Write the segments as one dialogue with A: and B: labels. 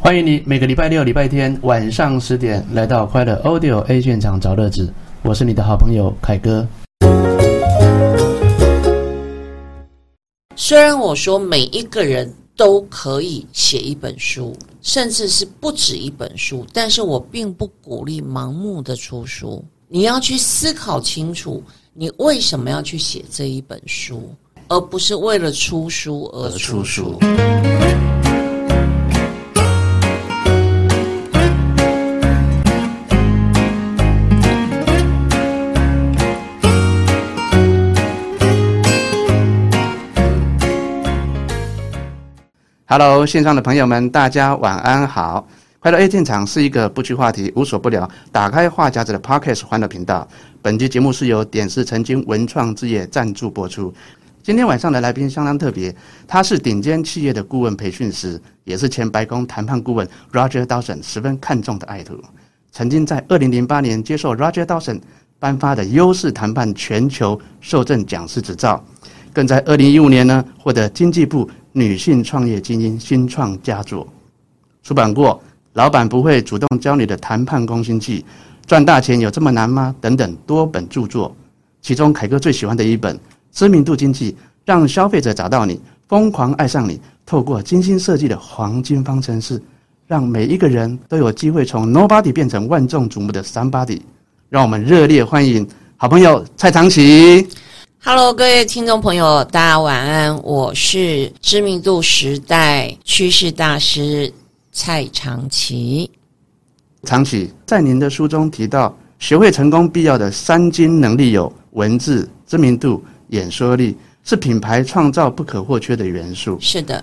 A: 欢迎你每个礼拜六、礼拜天晚上十点来到快乐 Audio A 现场找乐子，我是你的好朋友凯哥。
B: 虽然我说每一个人都可以写一本书，甚至是不止一本书，但是我并不鼓励盲目的出书。你要去思考清楚，你为什么要去写这一本书，而不是为了出书而出书。
A: Hello，线上的朋友们，大家晚安好！快乐 A 现场是一个不拘话题、无所不聊、打开话匣子的 Podcast 欢乐频道。本期节目是由点石曾经文创置业赞助播出。今天晚上的来宾相当特别，他是顶尖企业的顾问培训师，也是前白宫谈判顾问 Roger Dawson 十分看重的爱徒。曾经在2008年接受 Roger Dawson 颁发的优势谈判全球受证讲师执照，更在2015年呢获得经济部女性创业精英新创佳作，出版过《老板不会主动教你的谈判攻心计》《赚大钱有这么难吗》等等多本著作，其中凯哥最喜欢的一本《知名度经济》，让消费者找到你，疯狂爱上你，透过精心设计的黄金方程式，让每一个人都有机会从 nobody 变成万众瞩目的 somebody。让我们热烈欢迎好朋友蔡长奇。
B: Hello，各位听众朋友，大家晚安，我是知名度时代趋势大师蔡长奇。
A: 长崎，在您的书中提到，学会成功必要的三金能力有文字、知名度、演说力，是品牌创造不可或缺的元素。
B: 是的，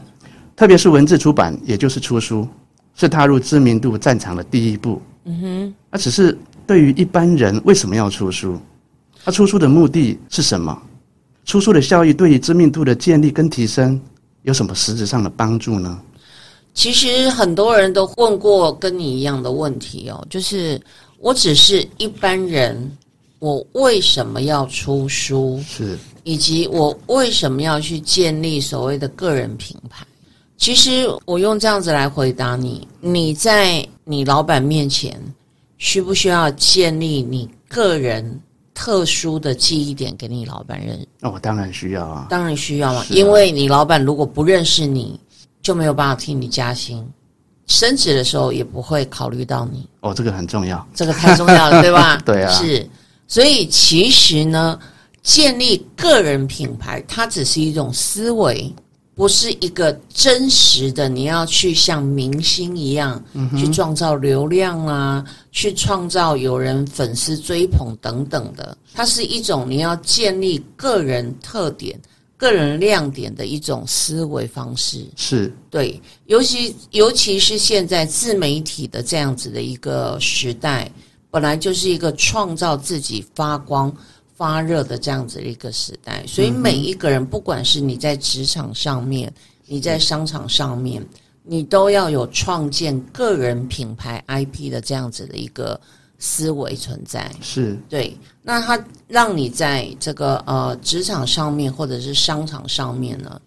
A: 特别是文字出版，也就是出书，是踏入知名度战场的第一步。嗯哼，那只是对于一般人，为什么要出书？他出书的目的是什么？出书的效益对于知名度的建立跟提升有什么实质上的帮助呢？
B: 其实很多人都问过跟你一样的问题哦，就是我只是一般人，我为什么要出书，
A: 是
B: 以及我为什么要去建立所谓的个人品牌？其实我用这样子来回答你：你在你老板面前，需不需要建立你个人特殊的记忆点给你老板认识？
A: 那我当然需要啊。
B: 当然需要嘛，
A: 是啊
B: 因为你老板如果不认识你，就没有办法替你加薪，升职的时候也不会考虑到你，
A: 哦，这个很重要。
B: 这个太重要了，对吧？
A: 对啊
B: 是，所以其实呢，建立个人品牌，它只是一种思维，不是一个真实的。你要去像明星一样、
A: 嗯
B: 去创造流量啊，去创造有人粉丝追捧等等的，它是一种你要建立个人特点。个人亮点的一种思维方式，
A: 是
B: 对，尤其尤其是现在自媒体的这样子的一个时代，本来就是一个创造自己发光发热的这样子的一个时代，所以每一个人，不管是你在职场上面，你在商场上面，你都要有创建个人品牌 IP 的这样子的一个思维存在。
A: 是，
B: 对，那它让你在这个呃职场上面或者是商场上面呢，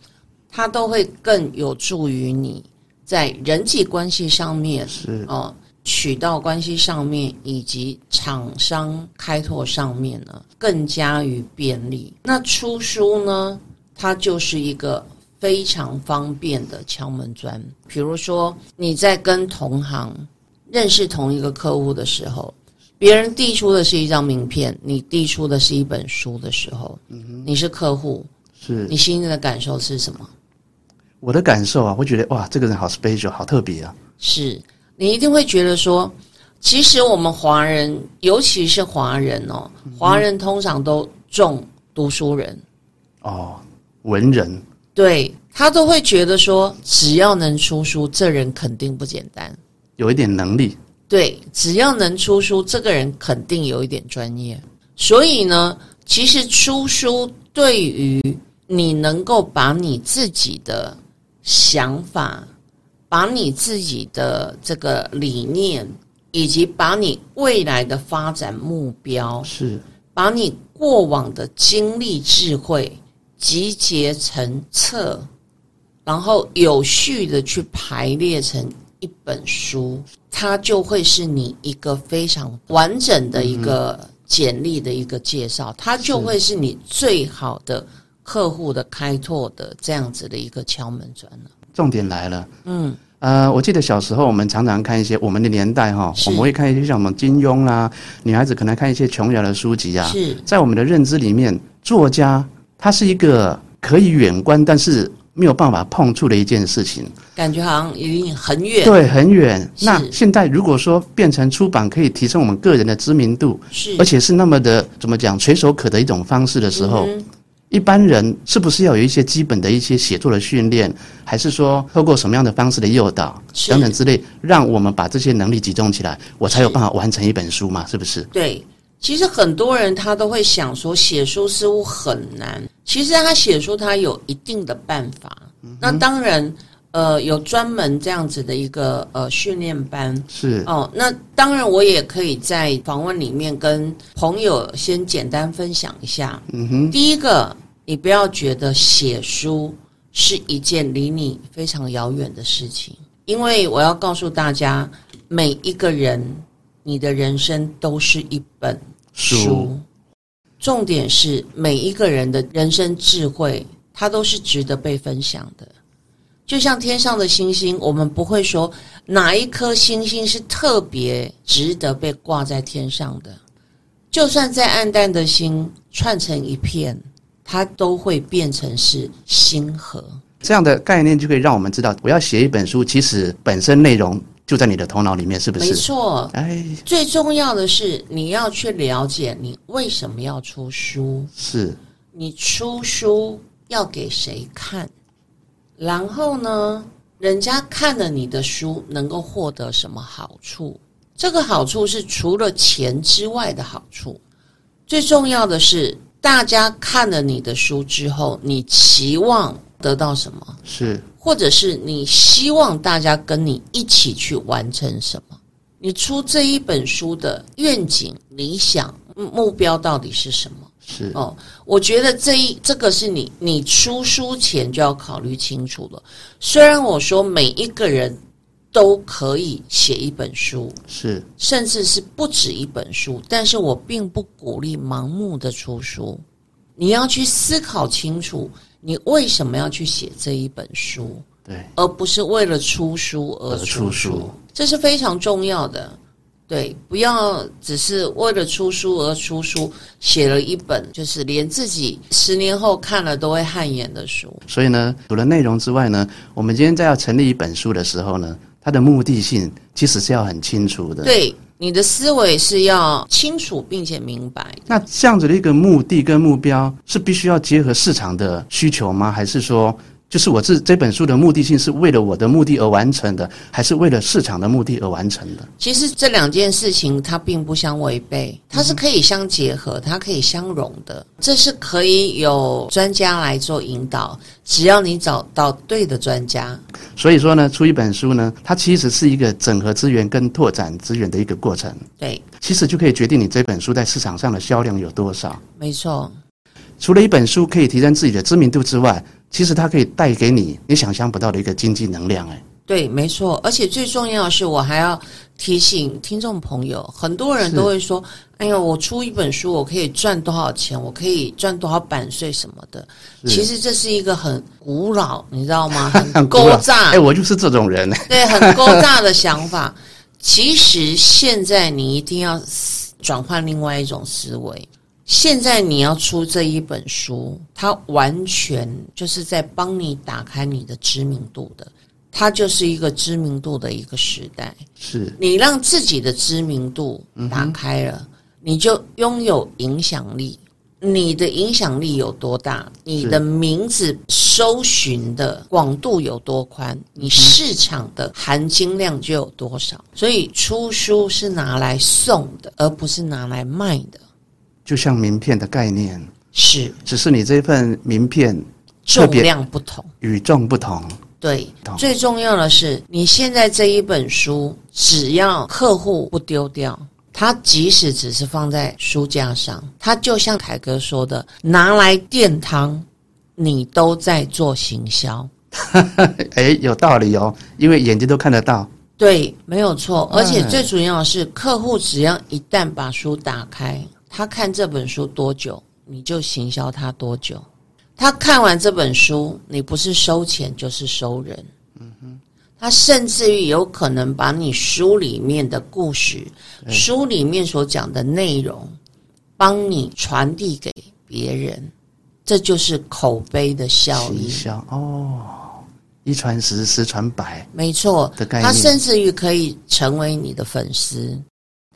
B: 它都会更有助于你在人际关系上面
A: 是
B: 哦、渠道关系上面以及厂商开拓上面呢，更加于便利。那出书呢，它就是一个非常方便的敲门砖。比如说你在跟同行认识同一个客户的时候。别人递出的是一张名片，你递出的是一本书的时候，你是客户，
A: 是
B: 你心里的感受是什么？
A: 我的感受啊，我觉得哇，这个人好 special，好特别啊。
B: 是你一定会觉得说，其实我们华人，尤其是华人哦，华人通常都重读书人，
A: 哦，文人
B: 对他都会觉得说，只要能出书，这人肯定不简单。
A: 有一点能力，
B: 对，只要能出书，这个人肯定有一点专业。所以呢，其实出书对于你能够把你自己的想法，把你自己的这个理念，以及把你未来的发展目标，
A: 是
B: 把你过往的经历、智慧集结成册，然后有序的去排列成一本书，它就会是你一个非常完整的一个简历的一个介绍，它就会是你最好的客户的开拓的这样子的一个敲门砖了。
A: 重点来了。
B: 嗯，
A: 呃，我记得小时候我们常常看一些我们的年代哈，
B: 是
A: 我们会看一些像什么金庸啦、女孩子可能看一些琼瑶的书籍啊。
B: 是
A: 在我们的认知里面，作家他是一个可以远观，但是没有办法碰触的一件事情。
B: 感觉好像离你很远，
A: 对，很远。
B: 是
A: 那现在如果说变成出版可以提升我们个人的知名度，
B: 是
A: 而且是那么的怎么讲垂手可得一种方式的时候，
B: 嗯
A: 一般人是不是要有一些基本的一些写作的训练，还是说透过什么样的方式的诱导
B: 是
A: 等等之类，让我们把这些能力集中起来，我才有
B: 是
A: 办法完成一本书嘛？是不是？
B: 对，其实很多人他都会想说写书似乎很难，其实他写书他有一定的办法。那当然，呃，有专门这样子的一个呃训练班，
A: 是
B: 哦，那当然，我也可以在访问里面跟朋友先简单分享一下。嗯哼，第一个，你不要觉得写书是一件离你非常遥远的事情，因为我要告诉大家，每一个人，你的人生都是一本
A: 书，
B: 重点是每一个人的人生智慧，它都是值得被分享的。就像天上的星星，我们不会说哪一颗星星是特别值得被挂在天上的。就算再暗淡的星串成一片，它都会变成是星河。
A: 这样的概念就可以让我们知道，我要写一本书，其实本身内容就在你的头脑里面，是不
B: 没
A: 是？
B: 错，
A: 哎，
B: 最重要的是你要去了解你为什么要出书。
A: 是
B: 你出书要给谁看？然后呢，人家看了你的书，能够获得什么好处？这个好处是除了钱之外的好处。最重要的是，大家看了你的书之后，你期望得到什么，
A: 是，
B: 或者是你希望大家跟你一起去完成什么？你出这一本书的愿景、理想、目标到底是什么？
A: 是
B: 哦，我觉得这一这个是你你出书前就要考虑清楚了。虽然我说每一个人都可以写一本书，
A: 是
B: 甚至是不止一本书，但是我并不鼓励盲目的出书。你要去思考清楚，你为什么要去写这一本书，
A: 对，
B: 而不是为了出书而
A: 而
B: 出
A: 出
B: 书
A: 书。
B: 这是非常重要的。对，不要只是为了出书而出书，写了一本就是连自己十年后看了都会汗颜的书。
A: 所以呢，除了内容之外呢，我们今天在要成立一本书的时候呢，它的目的性其实是要很清楚的。
B: 对，你的思维是要清楚并且明白。
A: 那这样子的一个目的跟目标是必须要结合市场的需求吗？还是说，就是我这这本书的目的性是为了我的目的而完成的，还是为了市场的目的而完成的？
B: 其实这两件事情它并不相违背，它是可以相结合，它可以相融的。这是可以有专家来做引导，只要你找到对的专家，
A: 所以说呢，出一本书呢，它其实是一个整合资源跟拓展资源的一个过程，
B: 对，
A: 其实就可以决定你这本书在市场上的销量有多少。
B: 没错，
A: 除了一本书可以提升自己的知名度之外，其实它可以带给你你想象不到的一个经济能量。哎，
B: 对，没错，而且最重要的是，我还要提醒听众朋友，很多人
A: 是
B: 都会说：“哎呀，我出一本书，我可以赚多少钱？我可以赚多少版税什么的。”
A: 是
B: 其实这是一个很古老，你知道吗？很
A: 古
B: 勾
A: 老
B: 诈
A: 哎，，我就是这种人。
B: 对，很勾诈的想法。其实现在你一定要思转换另外一种思维。现在你要出这一本书，它完全就是在帮你打开你的知名度的，它就是一个知名度的一个时代。
A: 是
B: 你让自己的知名度
A: 嗯
B: 打开了，你就拥有影响力。你的影响力有多大？你的名字搜寻的广度有多宽？
A: 嗯
B: 你市场的含金量就有多少？所以出书是拿来送的，而不是拿来卖的。
A: 就像名片的概念，
B: 是
A: 只是你这份名片
B: 重
A: 特别
B: 量不同，
A: 与众不同。
B: 对
A: 懂，
B: 最重要的是，你现在这一本书，只要客户不丢掉，它即使只是放在书架上，它就像凯哥说的，拿来垫汤，你都在做行销。
A: 哎，有道理哦，因为眼睛都看得到，
B: 对，没有错。
A: 嗯
B: 而且最主要的是，客户只要一旦把书打开，他看这本书多久，你就行销他多久。他看完这本书，你不是收钱就是收人。嗯哼，他甚至于有可能把你书里面的故事、书里面所讲的内容，帮你传递给别人，这就是口碑的效
A: 行
B: 益。
A: 销哦，一传十，十传百
B: 没错，
A: 的概
B: 他
A: 念。
B: 甚至于可以成为你的粉丝，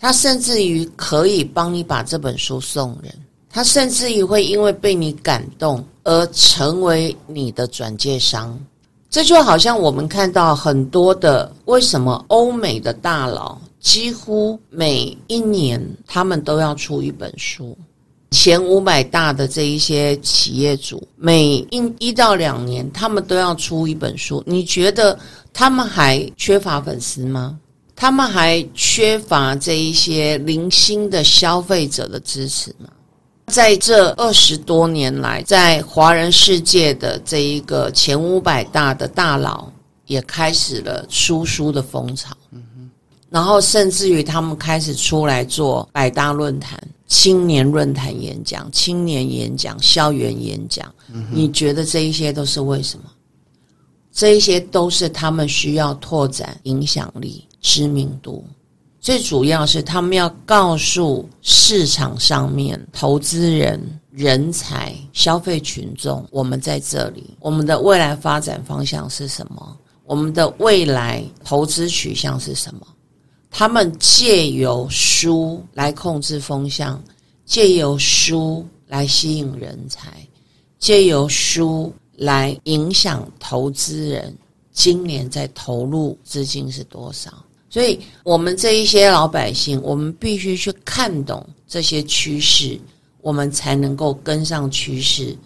B: 他甚至于可以帮你把这本书送人，他甚至于会因为被你感动而成为你的转介商。这就好像我们看到很多的，为什么欧美的大佬几乎每一年他们都要出一本书，前五百大的这一些企业主，每一一到两年他们都要出一本书。你觉得他们还缺乏粉丝吗？他们还缺乏这一些零星的消费者的支持吗？在这二十多年来，在华人世界的这一个前五百大的大佬也开始了输书的风潮，然后甚至于他们开始出来做百大论坛、青年论坛演讲、青年演讲、校园演讲。你觉得这一些都是为什么？这一些都是他们需要拓展影响力、知名度。最主要是他们要告诉市场上面投资人、人才、消费群众，我们在这里，我们的未来发展方向是什么？我们的未来投资取向是什么？他们借由书来控制风向，借由书来吸引人才，借由书来影响投资人今年在投入资金是多少。所以，我们这一些老百姓，我们必须去看懂这些趋势，我们才能够跟上趋势，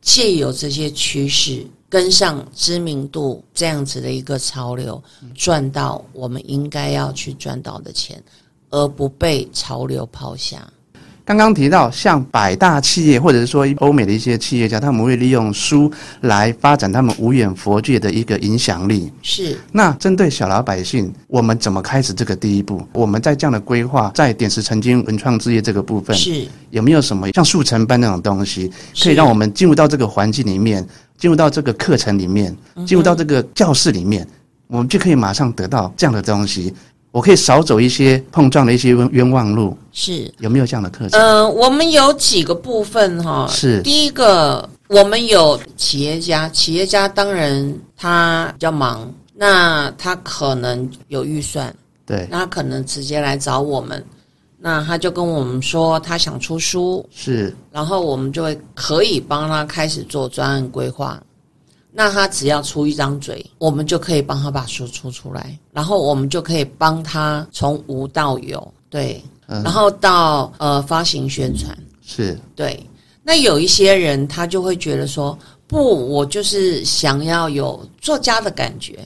B: 借由这些趋势跟上知名度这样子的一个潮流，赚到我们应该要去赚到的钱，而不被潮流抛下。
A: 刚刚提到，像百大企业或者是说欧美的一些企业家，他们会利用书来发展他们无远佛界的一个影响力。
B: 是
A: 那针对小老百姓，我们怎么开始这个第一步？我们在这样的规划，在点石成金文创置业这个部分，
B: 是
A: 有没有什么像速成班那种东西，可以让我们进入到这个环境里面，进入到这个课程里面，
B: 嗯
A: 进入到这个教室里面，我们就可以马上得到这样的东西。我可以少走一些碰撞的一些冤冤枉路，
B: 是
A: 有没有这样的课程？
B: 呃，我们有几个部分哈，
A: 是
B: 第一个，我们有企业家，企业家当然他比较忙，那他可能有预算，
A: 对，
B: 那他可能直接来找我们，那他就跟我们说他想出书，
A: 是
B: 然后我们就会可以帮他开始做专案规划。那他只要出一张嘴，我们就可以帮他把书出出来，然后我们就可以帮他从无到有，对，
A: 嗯
B: 然后到呃发行宣传，
A: 是，
B: 对。那有一些人他就会觉得说，不，我就是想要有作家的感觉。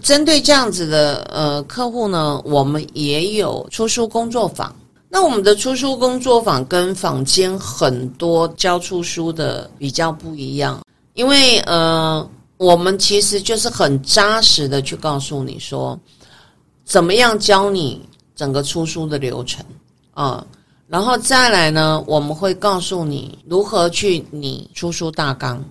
B: 针对这样子的呃客户呢，我们也有出书工作坊。那我们的出书工作坊跟坊间很多教出书的比较不一样，因为呃，我们其实就是很扎实的去告诉你说，怎么样教你整个出书的流程啊、然后再来呢，我们会告诉你如何去拟出书大纲，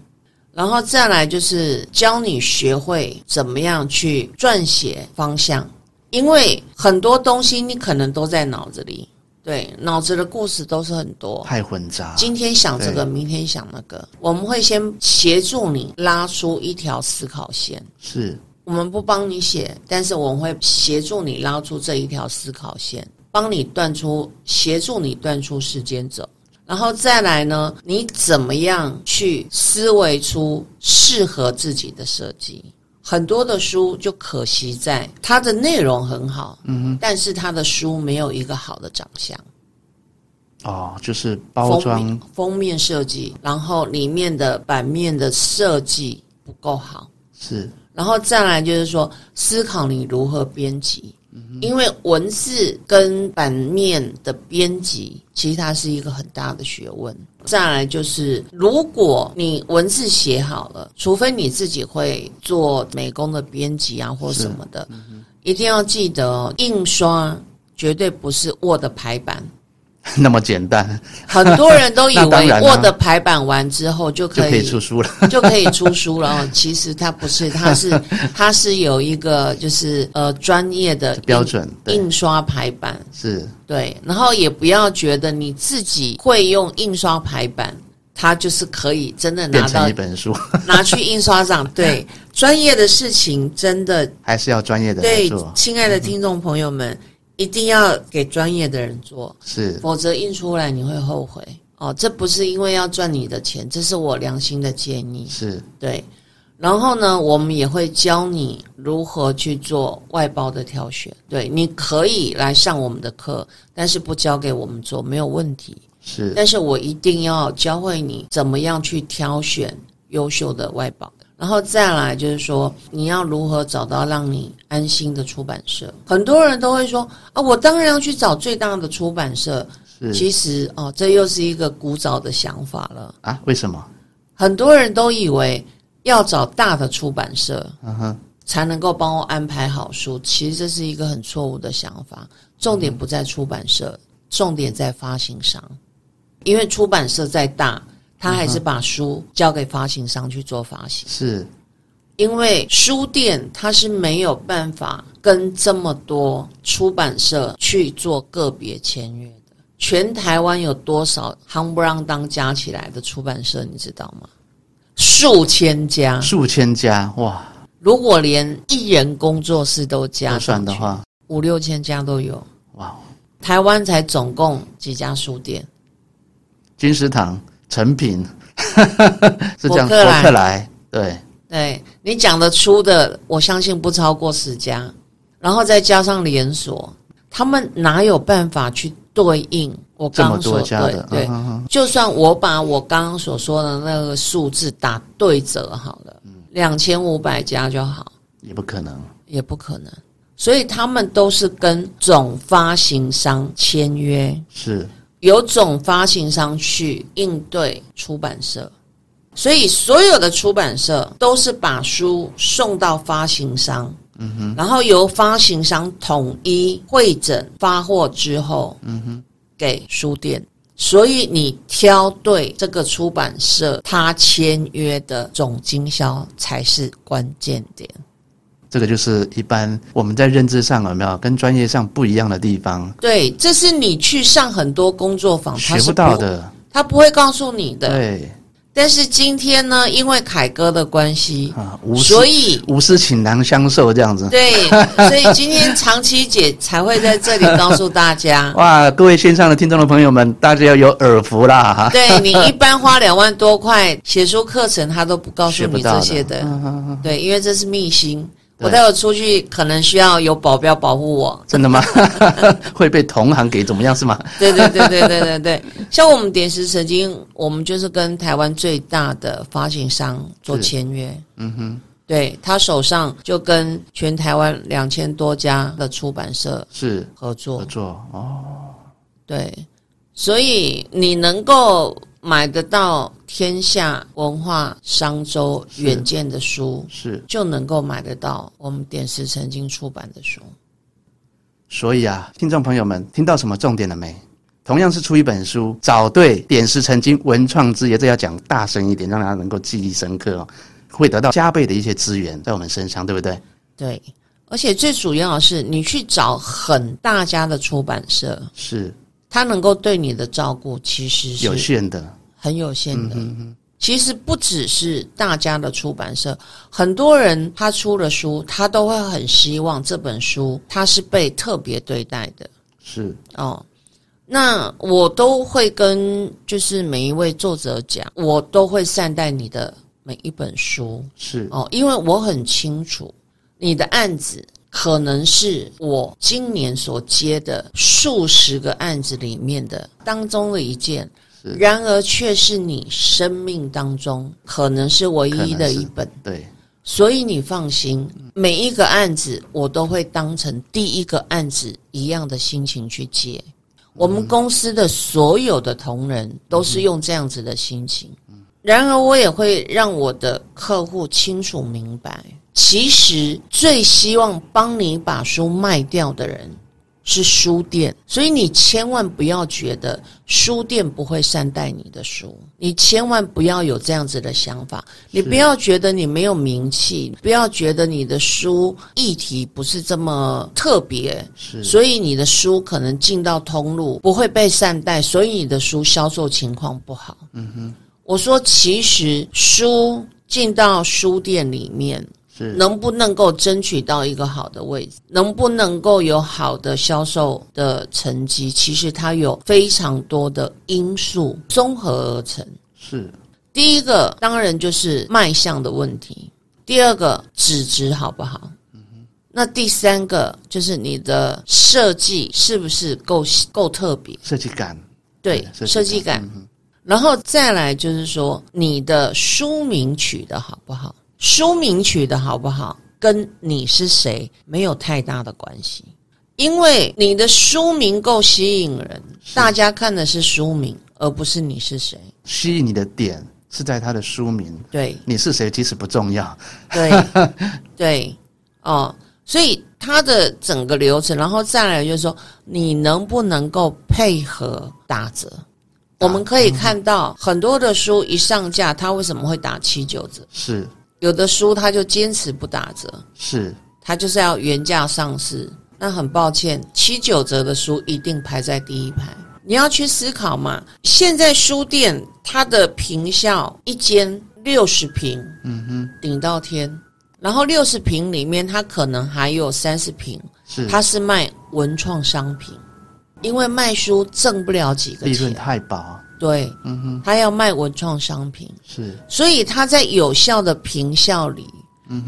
B: 然后再来就是教你学会怎么样去撰写方向，因为很多东西你可能都在脑子里，对，脑子的故事都是很多，
A: 太混杂，
B: 今天想这
A: 啊对
B: 个，明天想那个，我们会先协助你拉出一条思考线。
A: 是
B: 我们不帮你写，但是我们会协助你拉出这一条思考线，帮你断出，协助你断出时间轴。然后再来呢，你怎么样去思维出适合自己的设计？很多的书就可惜在它的内容很好，嗯，但是它的书没有一个好的长相。
A: 哦，就是包
B: 封
A: 装
B: 面封面设计，然后里面的版面的设计不够好，
A: 是
B: 然后再来就是说，思考你如何编辑，
A: 嗯
B: 因为文字跟版面的编辑，其实它是一个很大的学问。再来就是，如果你文字写好了，除非你自己会做美工的编辑啊或什么的，
A: 嗯
B: 一定要记得哦，印刷绝对不是 Word 排版。
A: 那么简单
B: 很多人都以
A: 那当
B: 为
A: 然啊
B: Word 排版完之后就
A: 就
B: 可
A: 可以
B: 以
A: 出 书了。
B: 就可以出书了哦。其实它不是，它 是它是有一个就是呃专业的印
A: 标准对
B: 印刷排版，
A: 是
B: 对。然后也不要觉得你自己会用印刷排版，它就是可以真的
A: 变
B: 拿到
A: 成一本书，
B: 拿去印刷厂。对，专业的事情真的
A: 还是要专业的来
B: 对
A: 做，。嗯
B: 亲爱的听众朋友们，一定要给专业的人做。
A: 是
B: 否则印出来你会后悔哦。这不是因为要赚你的钱，这是我良心的建议。
A: 是
B: 对，然后呢，我们也会教你如何去做外包的挑选。对，你可以来上我们的课，但是不交给我们做没有问题。
A: 是
B: 但是我一定要教会你怎么样去挑选优秀的外包。然后再来就是说，你要如何找到让你安心的出版社？很多人都会说啊，我当然要去找最大的出版社，
A: 是
B: 其实哦，这又是一个古早的想法了。
A: 啊？为什么？
B: 很多人都以为要找大的出版社
A: 嗯哼，
B: 才能够帮我安排好书，其实这是一个很错误的想法。重点不在出版社，重点在发行商，因为出版社再大，他还
A: 嗯
B: 是把书交给发行商去做发行。
A: 是
B: 因为书店它是没有办法跟这么多出版社去做个别签约的。全台湾有多少夯不啷当加起来的出版社，你知道吗？数千家。
A: 数千家哇，
B: 如果连艺人工作室都加
A: 估算
B: 上
A: 的
B: 去，
A: 话，
B: 五六千家都有。
A: 哇，
B: 台湾才总共几家书店？
A: 金石堂、成品 是这样，
B: 伯克莱
A: 伯克莱对
B: 对你讲得出的，我相信不超过十家，然后再加上连锁，他们哪有办法去对应我
A: 这
B: 刚
A: 么
B: 刚
A: 多
B: 所
A: 家的，
B: 对对、
A: 嗯哼哼
B: 就算我把我刚刚所说的那个数字打对折好了，
A: 嗯
B: 两千五百家就好，
A: 也不可能
B: 也不可能。所以他们都是跟总发行商签约，
A: 是
B: 由总发行商去应对出版社，所以所有的出版社都是把书送到发行商，嗯哼，然后由发行商统一会诊发货之后，嗯哼，给书店。所以你挑对这个出版社，他签约的总经销才是关键点。
A: 这个就是一般我们在认知上有没有跟专业上不一样的地方，
B: 对，这是你去上很多工作坊，他
A: 学
B: 哦是
A: 不到，的，
B: 他不会告诉你的。
A: 对
B: 但是今天呢，因为凯哥的关系，
A: 啊，无
B: 所
A: 事
B: 以
A: 无事请囊相授这样子。
B: 对，所以今天长期姐才会在这里告诉大 家。
A: 哇，各位线上的听众的朋友们，大家要有耳福啦！哈，
B: 对你一般花两万多块写书课程，他都不告诉
A: 学不
B: 你
A: 到
B: 这
A: 的嗯
B: 些的，对，因为这是秘辛。我
A: 对
B: 待会出去可能需要有保镖保护我。
A: 真的吗？会被同行给怎么样是吗？
B: 对对对对对对对，像我们点石曾经，我们就是跟台湾最大的发行商做
A: 是
B: 签约，
A: 嗯哼，
B: 对他手上就跟全台湾两千多家的出版社
A: 是
B: 合
A: 合
B: 作，
A: 作哦，
B: 对，所以你能够买得到天下文化商周
A: 是
B: 远见的书，
A: 是。
B: 就能够买得到我们点石曾经出版的书。
A: 所以啊，听众朋友们，听到什么重点了没？同样是出一本书，找对点石成金文创之夜，这要讲大声一点，让大家能够记忆深刻哦，会得到加倍的一些资源在我们身上，对不对？
B: 对，而且最主要的是，你去找很大家的出版社，
A: 是
B: 他能够对你的照顾其实
A: 有
B: 是
A: 限嗯的，
B: 很有限的。其实不只是大家的出版社，很多人他出了书，他都会很希望这本书他是被特别对待的。
A: 是
B: 哦，那我都会跟就是每一位作者讲，我都会善待你的每一本书
A: 是
B: 哦，因为我很清楚你的案子可能是我今年所接的数十个案子里面的当中的一件。
A: 是
B: 然而，却是你生命当中可能是唯
A: 可
B: 一
A: 能
B: 的
A: 是
B: 一本，
A: 对，
B: 所以你放心，每一个案子我都会当成第一个案子一样的心情去接。我们公司的所有的同仁都是用这样子的心情。然而，我也会让我的客户清楚明白，其实最希望帮你把书卖掉的人是书店，所以你千万不要觉得书店不会善待你的书，你千万不要有这样子的想法，你不要觉得你没有名气，不要觉得你的书议题不是这么特别，
A: 是
B: 所以你的书可能进到通路不会被善待，所以你的书销售情况不好。嗯哼，我说其实书进到书店里面，
A: 是
B: 能不能够争取到一个好的位置，能不能够有好的销售的成绩，其实它有非常多的因素综合而成。
A: 是
B: 第一个当然就是卖相的问题，第二个纸质好不好？那第三个就是你的设计是不是够够特别？
A: 设计感，
B: 对，
A: 对
B: 嗯设计感。然后再来就是说你的书名取的好不好？书名取的好不好，跟你是谁没有太大的关系，因为你的书名够吸引人，大家看的是书名，而不是你是谁。
A: 吸引你的点是在它的书名，
B: 对，
A: 你是谁其实不重要，
B: 对对哦，所以它的整个流程，然后再来就是说，你能不能够配合打折？我们可以看到很多的书一上架，它为什么会打七九折？
A: 是
B: 有的书它就坚持不打折，
A: 是
B: 它就是要原价上市。那很抱歉，七九折的书一定排在第一排。你要去思考嘛，现在书店它的坪效一间六十平，嗯哼，顶到天。然后六十平里面，它可能还有三十平，
A: 是，
B: 它是卖文创商品，因为卖书挣不了几个
A: 利润
B: 钱，
A: 太薄，
B: 对，
A: 嗯哼，
B: 它要卖文创商品。
A: 是
B: 所以他在有效的评效里，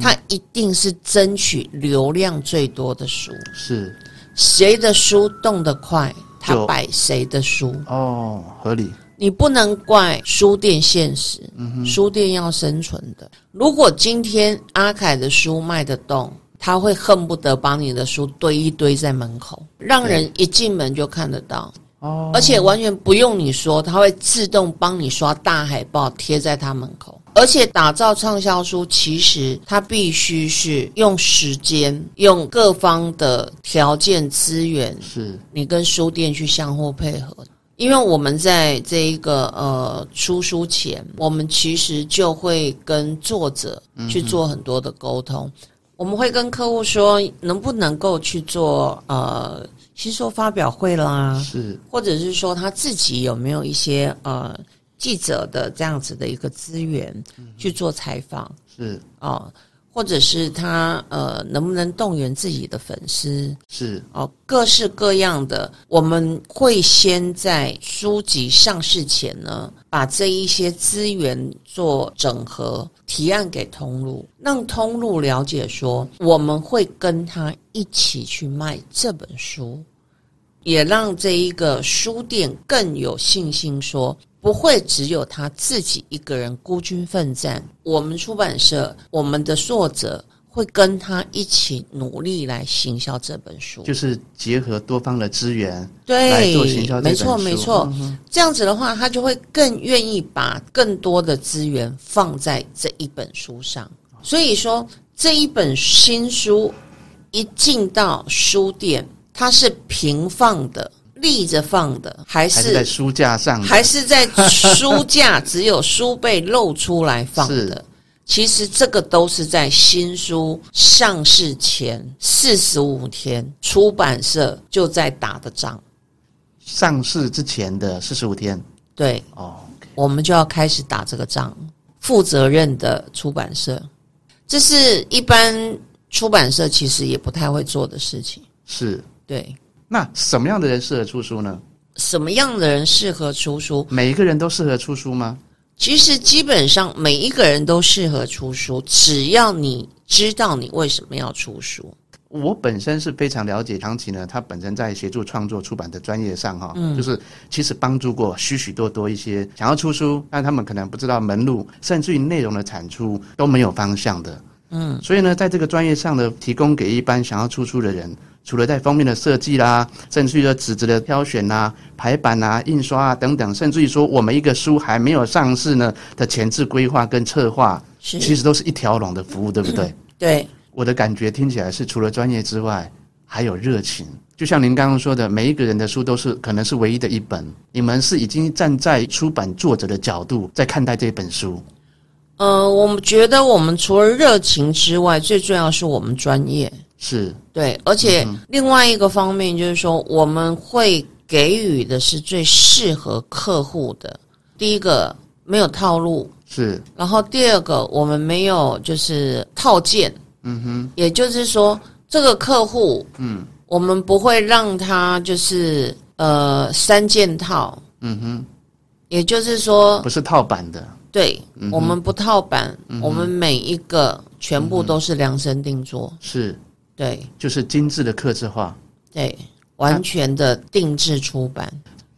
B: 他一定是争取流量最多的书，
A: 是
B: 谁的书动得快，他
A: 就
B: 摆谁的书。
A: 哦，合理
B: 你不能怪书店现实，书店要生存的。如果今天阿凯的书卖得动，他会恨不得把你的书堆一堆在门口，让人一进门就看得到，
A: 哦，
B: 而且完全不用你说，他会自动帮你刷大海报贴在他门口。而且打造畅销书，其实它必须是用时间、用各方的条件资源
A: 是
B: 你跟书店去相互配合。因为我们在这一个呃出书前，我们其实就会跟作者去做很多的沟通，我们会跟客户说能不能够去做呃新书发表会啦，
A: 是
B: 或者是说他自己有没有一些呃记者的这样子的一个资源去做采访
A: 是
B: 哦、或者是他呃能不能动员自己的粉丝，
A: 是
B: 哦，各式各样的，我们会先在书籍上市前呢，把这一些资源做整合，提案给通路，让通路了解说我们会跟他一起去卖这本书，也让这一个书店更有信心说。不会只有他自己一个人孤军奋战。我们出版社，我们的作者会跟他一起努力来行销这本书。
A: 就是结合多方的资源来
B: 对
A: 做行销，这
B: 没
A: 本
B: 错
A: 书嗯
B: 没错，，这样子的话，他就会更愿意把更多的资源放在这一本书上。所以说，这一本新书一进到书店，它是平放的、立着放的，还
A: 还是在
B: 是
A: 书架上的，
B: 还是在书架只有书被露出来放的
A: 是？
B: 其实这个都是在新书上市前四十五天，出版社就在打的仗。
A: 上市之前的四十五天
B: 对，
A: 哦，
B: 我们就要开始打这个仗。负责任的出版社，这是一般出版社其实也不太会做的事情。
A: 是
B: 对，
A: 那什么样的人适合出书呢？
B: 什么样的人适合出书？
A: 每一个人都适合出书吗？
B: 其实基本上每一个人都适合出书，只要你知道你为什么要出书。
A: 我本身是非常了解唐琪呢，他本身在协助创作出版的专业上哈，就是其实帮助过许许多多一些想要出书，但他们可能不知道门路，甚至于内容的产出都没有方向的。嗯，所以呢，在这个专业上呢，提供给一般想要出书的人，除了在封面的设计啦，甚至于说纸质的挑选啦、排版啊、印刷啊等等，甚至于说我们一个书还没有上市呢的前置规划跟策划，
B: 是
A: 其实都是一条龙的服务，对不对？
B: 对，
A: 我的感觉听起来是除了专业之外，还有热情。就像您刚刚说的，每一个人的书都是可能是唯一的一本，你们是已经站在出版作者的角度在看待这本书，
B: 呃，我们觉得我们除了热情之外，最重要是我们专业。
A: 是
B: 对，而且另外一个方面就是说，我们会给予的是最适合客户的。第一个没有套路，
A: 是
B: 然后第二个我们没有就是套件，嗯哼，也就是说这个客户，嗯，我们不会让他就是呃三件套，嗯哼，也就是说
A: 不是套版的？
B: 对，我们不套版，我们每一个全部都是量身定做，
A: 是
B: 对
A: 就是精致的刻字化，
B: 对，完全的定制出版。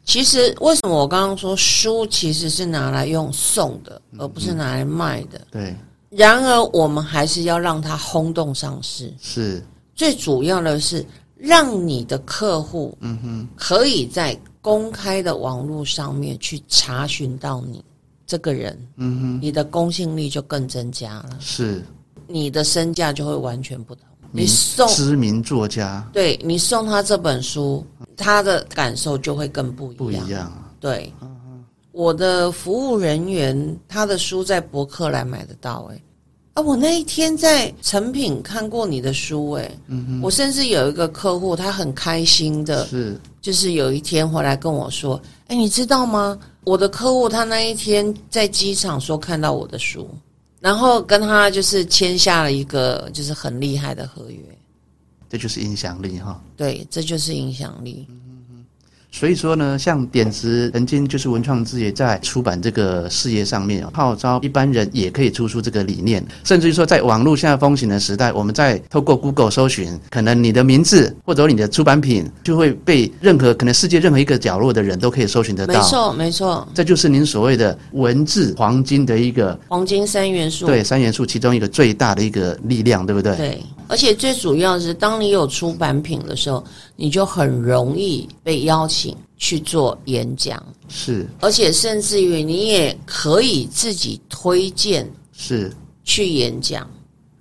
B: 其实为什么我刚刚说书其实是拿来用送的，而不是拿来卖的？
A: 对，
B: 然而我们还是要让它轰动上市，
A: 是
B: 最主要的是让你的客户，嗯哼，可以在公开的网络上面去查询到你这个人，嗯哼，你的公信力就更增加了。
A: 是
B: 你的身价就会完全不同。
A: 名
B: 你送
A: 知名作家
B: 对你送他这本书，他的感受就会更不一样。
A: 不一样，
B: 对，我的服务人员他的书在博客来买得到、欸，哎。啊，我那一天在成品看过你的书、欸，哎、我甚至有一个客户，他很开心的，
A: 是
B: 就是有一天回来跟我说，哎、你知道吗？我的客户他那一天在机场说看到我的书，然后跟他就是签下了一个就是很厉害的合约。
A: 这就是影响力哈。
B: 对，这就是影响力。
A: 所以说呢，像点子曾经就是文创之也在出版这个事业上面哦号召一般人也可以出书这个理念，甚至于说在网络现在风行的时代，我们在透过 Google 搜寻，可能你的名字或者你的出版品就会被任何可能世界任何一个角落的人都可以搜寻得
B: 没
A: 到。
B: 错，没错，
A: 这就是您所谓的文字黄金的一个
B: 黄金三元素。
A: 对三元素其中一个最大的一个力量，对不对？
B: 对而且最主要是，当你有出版品的时候，你就很容易被邀请去做演讲，
A: 是
B: 而且甚至于你也可以自己推荐
A: 是
B: 去演讲。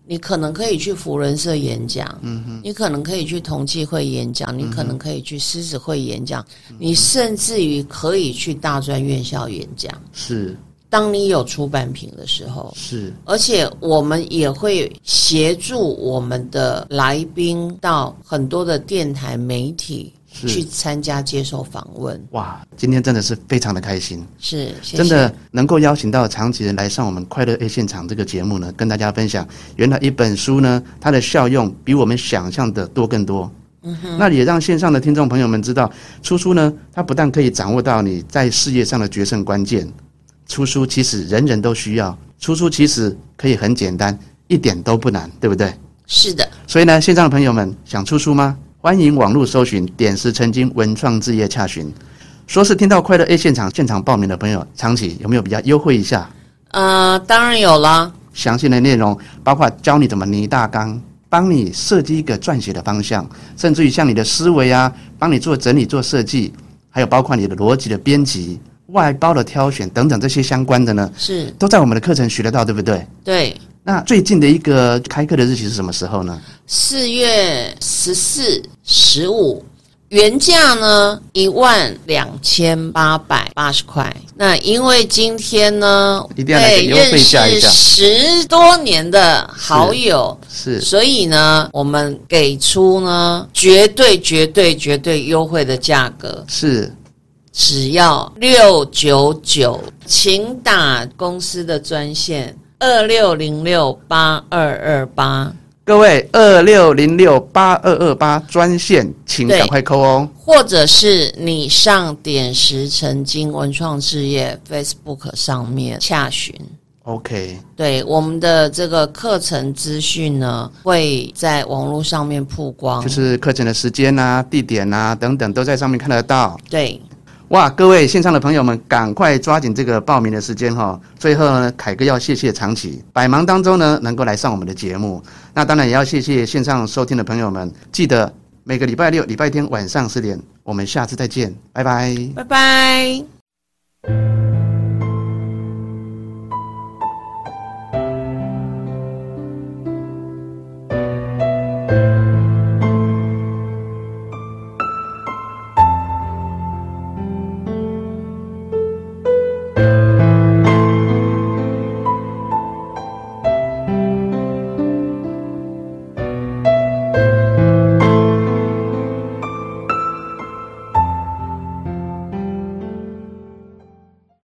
B: 你可能可以去福伦社演讲，嗯哼，你可能可以去同济会演讲，你可能可
A: 嗯
B: 以去狮子会演讲，你甚至于可以去大专院校演讲。
A: 是
B: 当你有出版品的时候，
A: 是
B: 而且我们也会协助我们的来宾到很多的电台媒体
A: 是
B: 去参加接受访问。
A: 哇，今天真的是非常的开心。
B: 是，谢谢
A: 真的能够邀请到长期人来上我们《快乐 A 现场》这个节目呢，跟大家分享，原来一本书呢，它的效用比我们想象的多更多。嗯哼，那也让线上的听众朋友们知道，出书呢，它不但可以掌握到你在事业上的决胜关键，出书其实人人都需要，出书其实可以很简单，一点都不难，对不对？
B: 是的，
A: 所以呢，线上的朋友们想出书吗？欢迎网络搜寻“点石成金文创置业”洽询。说是听到快乐 A 现场现场报名的朋友，长期有没有比较优惠一下？
B: 呃，当然有啦，
A: 详细的内容包括教你怎么拟大纲，帮你设计一个撰写的方向，甚至于像你的思维啊，帮你做整理、做设计，还有包括你的逻辑的编辑、外包的挑选等等这些相关的呢，
B: 是
A: 都在我们的课程学得到，对不对？
B: 对。
A: 那最近的一个开课的日期是什么时候呢？
B: 四月十四、十五，原价呢一万两千八百八十块。那因为今天呢，
A: 一定要来个
B: 被
A: 优惠
B: 认
A: 价一
B: 识
A: 下
B: 十多年的好友，
A: 是
B: 所以呢，我们给出呢绝对、绝对、绝对优惠的价格，
A: 是
B: 只要六九九，请打公司的专线二六零六八二二八。
A: 各位二六零六八二二八专线，请
B: 对
A: 赶快扣哦。
B: 或者是你上点石成金文创置业 Facebook 上面洽询。
A: OK，
B: 对我们的这个课程资讯呢，会在网络上面曝光。
A: 就是课程的时间啊、地点啊等等，都在上面看得到。
B: 对，
A: 哇，各位线上的朋友们，赶快抓紧这个报名的时间哈、最后呢，凯哥要谢谢长崎，百忙当中呢能够来上我们的节目，那当然也要谢谢线上收听的朋友们，记得每个礼拜六、礼拜天晚上十点，我们下次再见，拜拜。
B: 拜拜。